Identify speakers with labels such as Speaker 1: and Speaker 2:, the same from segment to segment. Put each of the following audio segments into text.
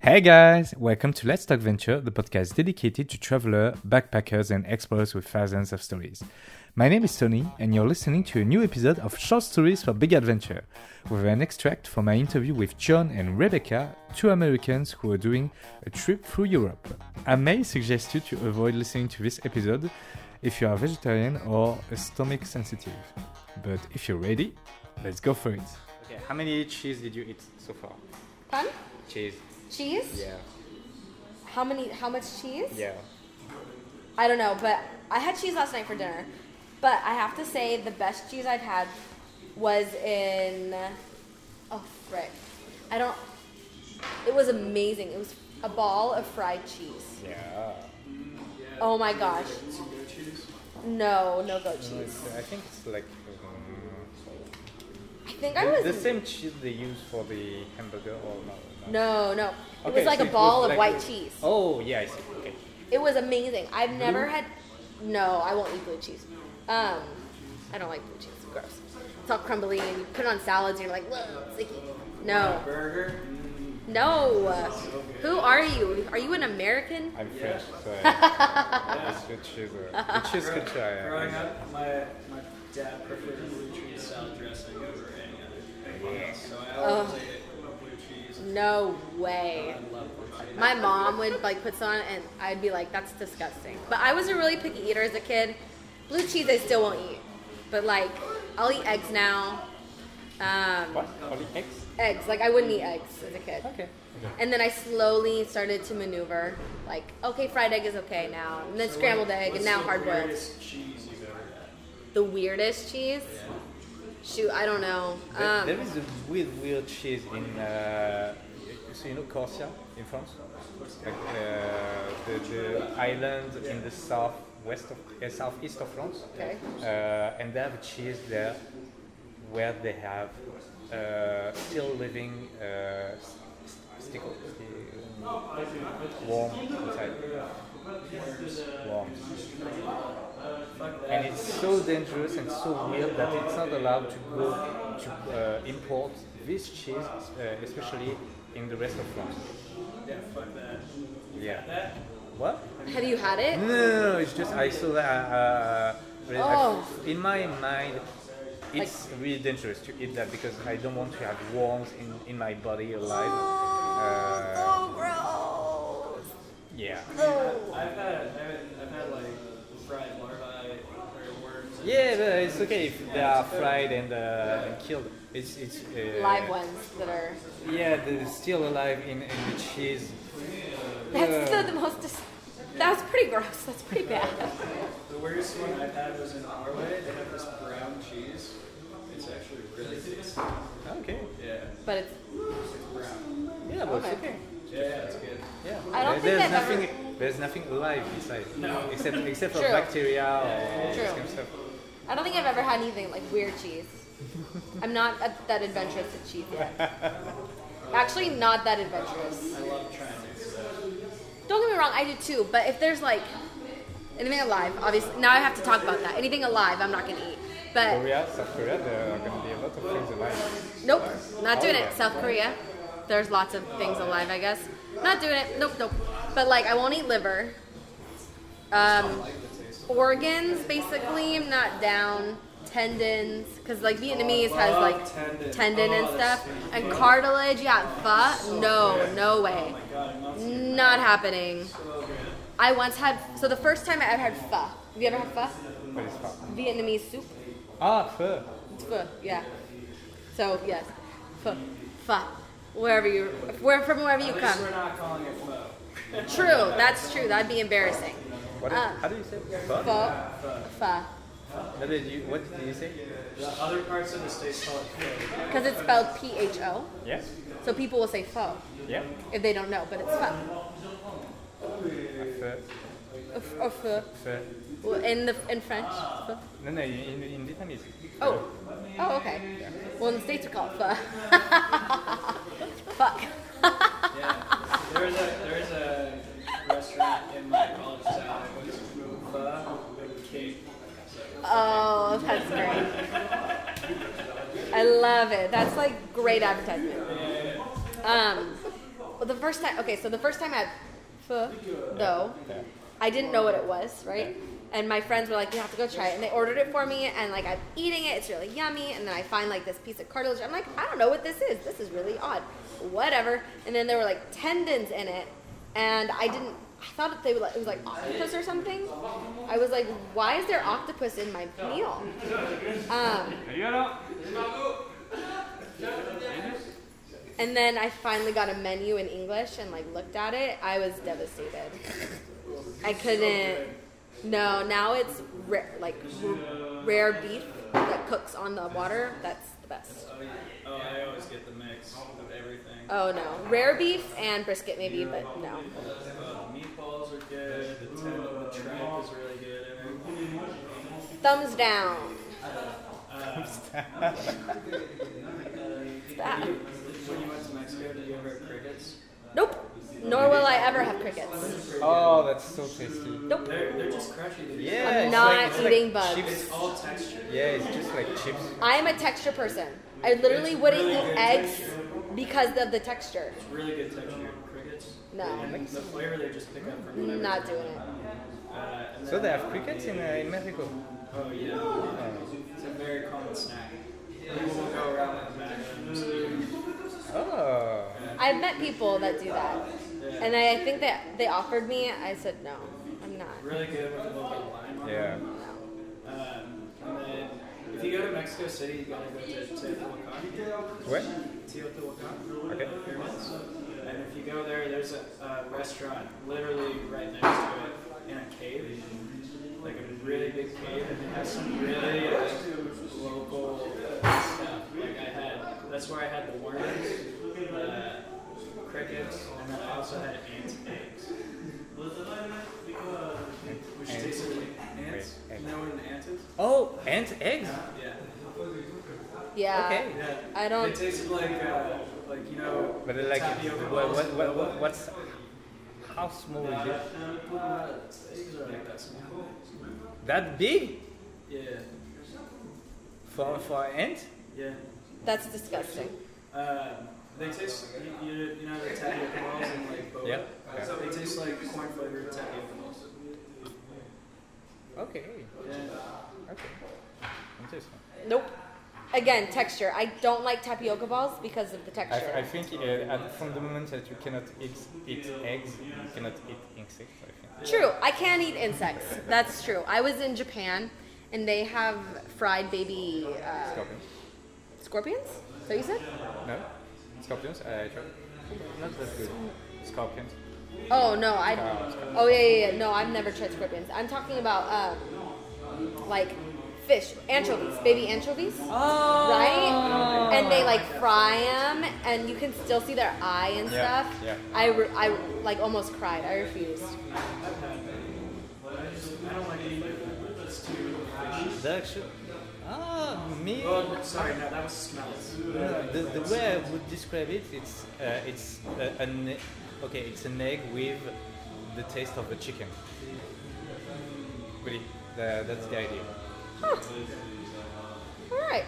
Speaker 1: Hey guys, welcome to Let's Talk Venture, the podcast dedicated to travelers, backpackers, and explorers with thousands of stories. My name is Tony, and you're listening to a new episode of Short Stories for Big Adventure, with an extract from my interview with John and Rebecca, two Americans who are doing a trip through Europe. I may suggest you to avoid listening to this episode if you are vegetarian or stomach sensitive. But if you're ready, let's go for it. Okay, how many cheese did you eat so far?
Speaker 2: Pun?
Speaker 1: Cheese.
Speaker 2: Cheese?
Speaker 1: Yeah.
Speaker 2: How many? How much cheese?
Speaker 1: Yeah.
Speaker 2: I don't know, but I had cheese last night for dinner. But I have to say, the best cheese I've had was in. Oh frick! I don't. It was amazing. It was a ball of fried cheese.
Speaker 1: Yeah.
Speaker 2: Oh my gosh. No, no goat cheese.
Speaker 1: I think it's like um,
Speaker 2: I think I was.
Speaker 1: the same cheese they use for the hamburger or no?
Speaker 2: No, no. It was like a ball of white cheese.
Speaker 1: Oh yeah, I see. Okay.
Speaker 2: It was amazing. I've never had. No, I won't eat blue cheese. Um, I don't like blue cheese. It's gross. It's all crumbly, and you put it on salads. You're like, whoa, it's icky. No. Burger. No. Who are you? Are you an American?
Speaker 1: I'm French, so I- it's good cheese. uh, The cheese culture.
Speaker 3: Growing
Speaker 1: yeah.
Speaker 3: up, my, my dad preferred blue cheese salad dressing over any other thing else. So I always
Speaker 2: Ugh.
Speaker 3: ate blue cheese.
Speaker 2: Oh, No way.
Speaker 3: I love blue cheese.
Speaker 2: My mom would like put some on, and I'd be like, that's disgusting. But I was a really picky eater as a kid. Blue cheese, I still won't eat. But like, I'll eat eggs now. Um,
Speaker 1: What? Only eggs?
Speaker 2: eggs. Like I wouldn't eat eggs as a kid.
Speaker 1: Okay.
Speaker 2: And then I slowly started to maneuver. Like, okay, fried egg is okay now. And then scrambled egg, and now hard boiled.
Speaker 3: cheese you've ever had?
Speaker 2: The weirdest cheese? Shoot, I don't know.
Speaker 1: There-
Speaker 2: Um,
Speaker 1: there is a weird, weird cheese in. Uh, so you know Corsia in France, like uh, the, the island in the south west of uh, southeast of France.
Speaker 2: Okay.
Speaker 1: Uh, and they have a cheese there, where they have uh, still living uh, s- s- stickle, sti- worm inside. Worms. And it's so dangerous and so weird that it's not allowed to go to uh, import this cheese, uh, especially in the rest of France.
Speaker 3: Yeah, fuck that.
Speaker 1: Yeah. What?
Speaker 2: have you had
Speaker 1: No,
Speaker 2: it?
Speaker 1: no, no, no, it's just I saw that. Uh, but I-
Speaker 2: Oh.
Speaker 1: in my mind, it's really dangerous to eat that because I don't want to have worms in, in my body alive. Uh,
Speaker 2: Oh,
Speaker 1: yeah.
Speaker 2: gross. Oh.
Speaker 3: I've had, I've had, I've had like fried larvae or worms. and-
Speaker 1: Yeah, but it's okay if they are fried and, uh, and killed. It's it's uh,
Speaker 2: Live ones that are.
Speaker 1: Yeah, they're still alive in, in the cheese.
Speaker 2: That's the, the most. Dis- that's pretty gross. That's pretty bad.
Speaker 3: The weirdest one I've had was in Norway. They have this brown cheese. It's actually really tasty.
Speaker 1: Okay.
Speaker 3: Yeah,
Speaker 2: But it's.
Speaker 3: it's brown.
Speaker 1: Yeah, but it's
Speaker 2: Okay.
Speaker 1: okay.
Speaker 3: Yeah, yeah, it's good.
Speaker 1: Yeah.
Speaker 2: I don't think
Speaker 1: there's
Speaker 2: I've ever-
Speaker 1: nothing. There's nothing alive inside.
Speaker 3: No.
Speaker 1: Except except for
Speaker 2: True.
Speaker 1: bacteria or
Speaker 2: True.
Speaker 1: this kind of stuff.
Speaker 2: I don't think I've ever had anything like weird cheese. I'm not a, that adventurous at cheese. Actually, not that adventurous.
Speaker 3: I love trying new stuff.
Speaker 2: Don't get me wrong, I do too. But if there's like anything alive, obviously now I have to talk about that. Anything alive, I'm not gonna eat. But
Speaker 1: Korea, South Korea, there are going to be a lot of things alive.
Speaker 2: nope, not doing it. South Korea, there's lots of things alive, I guess. Not doing it. Nope, nope. But like, I won't eat liver. Um, organs, basically, I'm not down. Tendons, because like Vietnamese has like
Speaker 3: tendon.
Speaker 2: tendon and
Speaker 3: Oh, that's
Speaker 2: stuff,
Speaker 3: so
Speaker 2: and cartilage, yeah, pho, no, no way,
Speaker 3: God, I must
Speaker 2: not happening. I once had, so the first time I ever had pho. Have you ever had pho?
Speaker 1: But it's fun.
Speaker 2: Vietnamese soup.
Speaker 1: Ah, pho.
Speaker 2: It's pho, yeah. So yes, pho, pho. Wherever you, where from wherever you
Speaker 3: At least
Speaker 2: come.
Speaker 3: we're not calling it pho.
Speaker 2: True, that's true. That'd be embarrassing.
Speaker 1: What is,
Speaker 2: Ah.
Speaker 1: how do you say pho?
Speaker 2: Pho, pho,
Speaker 1: How did you, what did you say?
Speaker 3: The other parts of the state call it pho.
Speaker 2: because it's spelled P H O.
Speaker 1: Yeah?
Speaker 2: So people will say pho
Speaker 1: Yeah?
Speaker 2: if they don't know, but it's pho.
Speaker 1: Pho.
Speaker 2: Of- of pho.
Speaker 1: Pho.
Speaker 2: Well, In the in French, pho.
Speaker 1: No, no, in, in Vietnamese.
Speaker 2: Oh. Oh, okay. Well, in the States, we call it fuck. fuck.
Speaker 3: Yeah. There is a there is a restaurant in my college town that was pho with cake.
Speaker 2: Oh, that's great. I love it. That's like great advertisement. Um, Well, the first time, okay, so the first time I had pho, though, I didn't know what it was, right? And my friends were like, "You have to go try it," and they ordered it for me, and like I'm eating it, it's really yummy, and then I find like this piece of cartilage. I'm like, I don't know what this is. This is really odd. Whatever. And then there were like tendons in it, and I didn't. I thought that they would like, it was like octopus or something. I was like, why is there octopus in my meal? Um, And then I finally got a menu in English and like looked at it. I was devastated. I couldn't. No, now it's rare, like r- rare beef that cooks on the water. That's the best.
Speaker 3: Oh, yeah. oh, I always get the mix of everything.
Speaker 2: Oh no, rare beef and brisket maybe, but no.
Speaker 3: Uh, meatballs are good. The tendon the track is really good. Everything.
Speaker 2: Thumbs down. It's bad.
Speaker 3: uh, When you went to Mexico, did you ever have crickets?
Speaker 2: Nope. Nor will I ever have crickets.
Speaker 1: Oh, that's so tasty.
Speaker 2: Nope.
Speaker 3: They're, they're just crunchy.
Speaker 1: Yeah.
Speaker 2: I'm
Speaker 1: it's
Speaker 2: not
Speaker 1: like- it's like
Speaker 2: eating bugs.
Speaker 3: It's
Speaker 1: Chips.
Speaker 3: all texture.
Speaker 1: Yeah, it's just like chips.
Speaker 2: I am a texture person. I literally wouldn't eat eggs because of the texture.
Speaker 3: Really good texture. Crickets.
Speaker 2: No,
Speaker 3: And the flavor they just pick up from whatever.
Speaker 2: not doing it.
Speaker 3: Uh, and
Speaker 1: So
Speaker 3: then,
Speaker 1: they have crickets in, uh, in Mexico.
Speaker 3: Oh yeah. It's a very common snack. People will go around with macarons.
Speaker 1: Oh.
Speaker 2: I've met people that do that, and I think that they offered me. I said no, I'm not.
Speaker 3: Really good with a little bit of lime on
Speaker 1: Yeah.
Speaker 3: it. Um, and then if you go to Mexico City, you gotta go to Teotihuacan.
Speaker 1: Where?
Speaker 3: Teotihuacan.
Speaker 1: Okay.
Speaker 3: Pyramids. And if you go there, there's a, a restaurant literally right next to it in a cave, like a really big cave, and it has some really like, local stuff. Like I had, that's where I had the worms, the crickets, and then I also had ants eggs. Which tasted like ants. You know what an ant is?
Speaker 1: Oh, and eggs.
Speaker 3: Yeah.
Speaker 2: Yeah.
Speaker 1: Okay.
Speaker 3: Yeah.
Speaker 2: I don't-
Speaker 3: It tasted like, uh, like you know,
Speaker 1: But like,
Speaker 3: tapioca
Speaker 1: what,
Speaker 3: balls.
Speaker 1: what, what, what, what's how small is it?
Speaker 3: Uh, eggs are like that small.
Speaker 1: That big
Speaker 3: Yeah.
Speaker 1: for for ant?
Speaker 3: Yeah.
Speaker 2: That's disgusting.
Speaker 3: Uh, they taste. You, you, you know the tapioca balls and like boba.
Speaker 1: Yeah.
Speaker 3: So they taste like corn flavored tapioca balls.
Speaker 1: Okay.
Speaker 3: Yeah.
Speaker 1: Okay. Interesting.
Speaker 2: Nope. Again, texture. I don't like tapioca balls because of the
Speaker 1: I,
Speaker 2: texture.
Speaker 1: I think uh, at, from the moment that you cannot eat, eat eggs, you cannot eat insects. I think.
Speaker 2: True. I can eat insects. That's true. I was in Japan, and they have fried baby uh,
Speaker 1: Scorpions.
Speaker 2: scorpions. So you said?
Speaker 1: No. Scorpions. I tried. Not that good. Scorpions.
Speaker 2: Oh no, I. Oh yeah, yeah, yeah. No, I've never tried scorpions. I'm talking about um, like fish, anchovies, baby anchovies,
Speaker 1: Oh!
Speaker 2: right? And they like fry them, and you can still see their eye and
Speaker 1: Yeah,
Speaker 2: stuff.
Speaker 1: yeah.
Speaker 2: I, re- I like almost cried. I refused.
Speaker 3: I just I don't like the flavor. It's too fishy.
Speaker 1: They actually. Ah, me.
Speaker 3: Oh, sorry. No, that was smells.
Speaker 1: No, the, the way I would describe it, it's uh, it's uh, an e- okay, it's an egg with the taste of the chicken. Really, the, that's the idea.
Speaker 2: Huh. All right.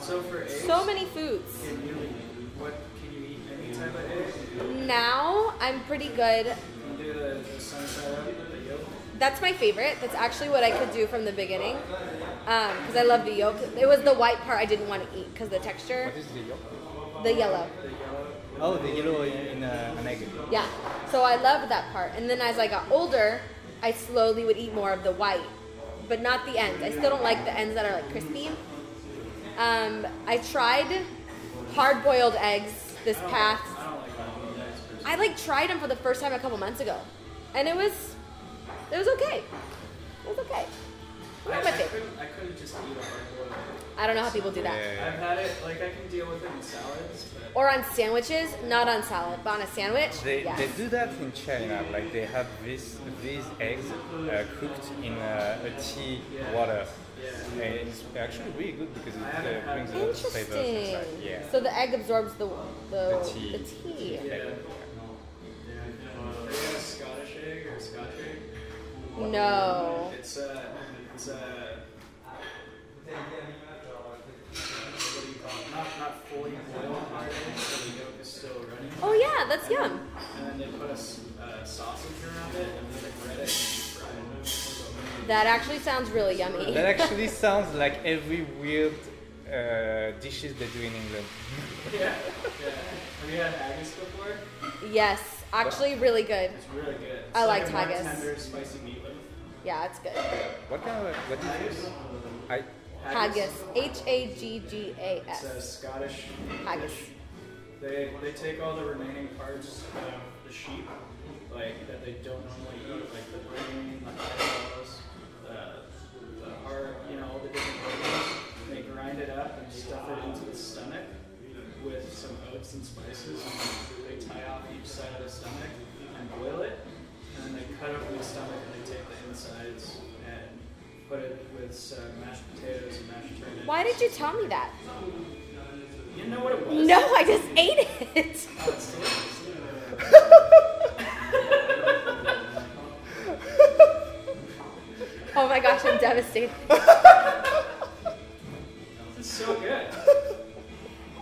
Speaker 3: So for eggs,
Speaker 2: So many foods.
Speaker 3: can you what can you eat any type of egg?
Speaker 2: Now I'm pretty good.
Speaker 3: You do the, the sun side up, the yolk.
Speaker 2: That's my favorite. That's actually what I could do from the beginning, because I love the yolk. It was the white part I didn't want to eat because the texture.
Speaker 1: What is the yolk?
Speaker 2: The yellow.
Speaker 1: Oh, the yellow in, in uh, an egg.
Speaker 2: Yeah. So I loved that part. And then as I got older, I slowly would eat more of the white, but not the ends. I still don't like the ends that are like crispy. Um, I tried hard boiled eggs this past. I like tried them for the first time a couple months ago, and it was it was okay. It was okay.
Speaker 3: I,
Speaker 2: Not
Speaker 3: I
Speaker 2: my favorite.
Speaker 3: couldn't I couldn't just eat a hard boiled egg.
Speaker 2: I don't know how people do that.
Speaker 1: Yeah.
Speaker 3: I've had it, like I can deal with it in salads, but
Speaker 2: Or on sandwiches, not on salad, but on a sandwich.
Speaker 1: They,
Speaker 2: yes.
Speaker 1: they do that in China. Like they have this these eggs uh, cooked in uh, a tea water.
Speaker 3: yeah.
Speaker 1: And it's actually really good because it
Speaker 3: haven't
Speaker 1: uh,
Speaker 3: had
Speaker 1: brings a lot of flavors
Speaker 2: Interesting.
Speaker 1: inside. Yeah.
Speaker 2: So the egg absorbs the the,
Speaker 1: The tea.
Speaker 2: the tea.
Speaker 3: Have you had a Scottish egg or a Scotch egg?
Speaker 2: No.
Speaker 3: It's uh, it's uh, what do you call it? Not not fully boiled hard egg, so the yolk is still running.
Speaker 2: Oh yeah, Yeah, that's yum.
Speaker 3: and then they put a s- uh, sausage around it, and then they bread it and fry it.
Speaker 2: That actually sounds really yummy.
Speaker 1: That actually sounds like every weird uh, dishes they do in England.
Speaker 3: Yeah, yeah. Have you had haggis before?
Speaker 2: yes, actually really good.
Speaker 3: It's really good. It's
Speaker 2: I
Speaker 3: like
Speaker 2: liked
Speaker 3: a more
Speaker 2: haggis.
Speaker 3: Tender, spicy meatloaf.
Speaker 2: Yeah, it's good.
Speaker 1: What kind of what is this? I
Speaker 2: Haggis. H A G G A
Speaker 3: It's a
Speaker 2: S.
Speaker 3: Scottish
Speaker 2: Haggis.
Speaker 3: dish. They they take all the remaining parts of the sheep, like that they don't normally eat, like the brain, the eyeballs, the, the heart, you know, all the different organs. They grind it up and stuff it into the stomach with some oats and spices. And they tie off each side of the stomach and boil it, and then they cut open the stomach and they take the insides and put it with uh, mashed potatoes and mashed turnips.
Speaker 2: Why did you tell me that?
Speaker 3: You know what it was?
Speaker 2: No, I just ate it.
Speaker 3: Oh, it's delicious.
Speaker 2: Oh my gosh, I'm devastated.
Speaker 3: It's so good.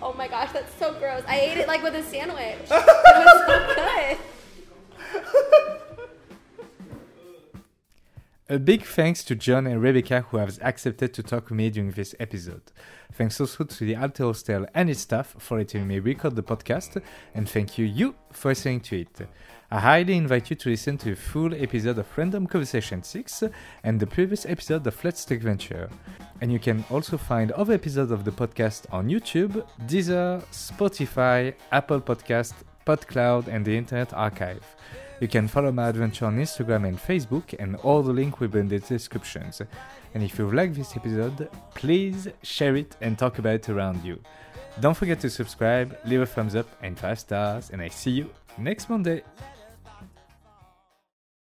Speaker 2: Oh my gosh, that's so gross. I ate it like with a sandwich. It was so good.
Speaker 1: A big thanks to John and Rebecca who have accepted to talk with me during this episode. Thanks also to the Alter Hostel and its staff for letting me record the podcast, and thank you, you, for listening to it. I highly invite you to listen to the full episode of Random Conversation 6 and the previous episode of Let's Take Venture. And you can also find other episodes of the podcast on YouTube, Deezer, Spotify, Apple Podcast, PodCloud, and the Internet Archive. You can follow my adventure on Instagram and Facebook, and all the links will be in the descriptions. And if you like this episode, please share it and talk about it around you. Don't forget to subscribe, leave a thumbs up and five stars, and I see you next Monday.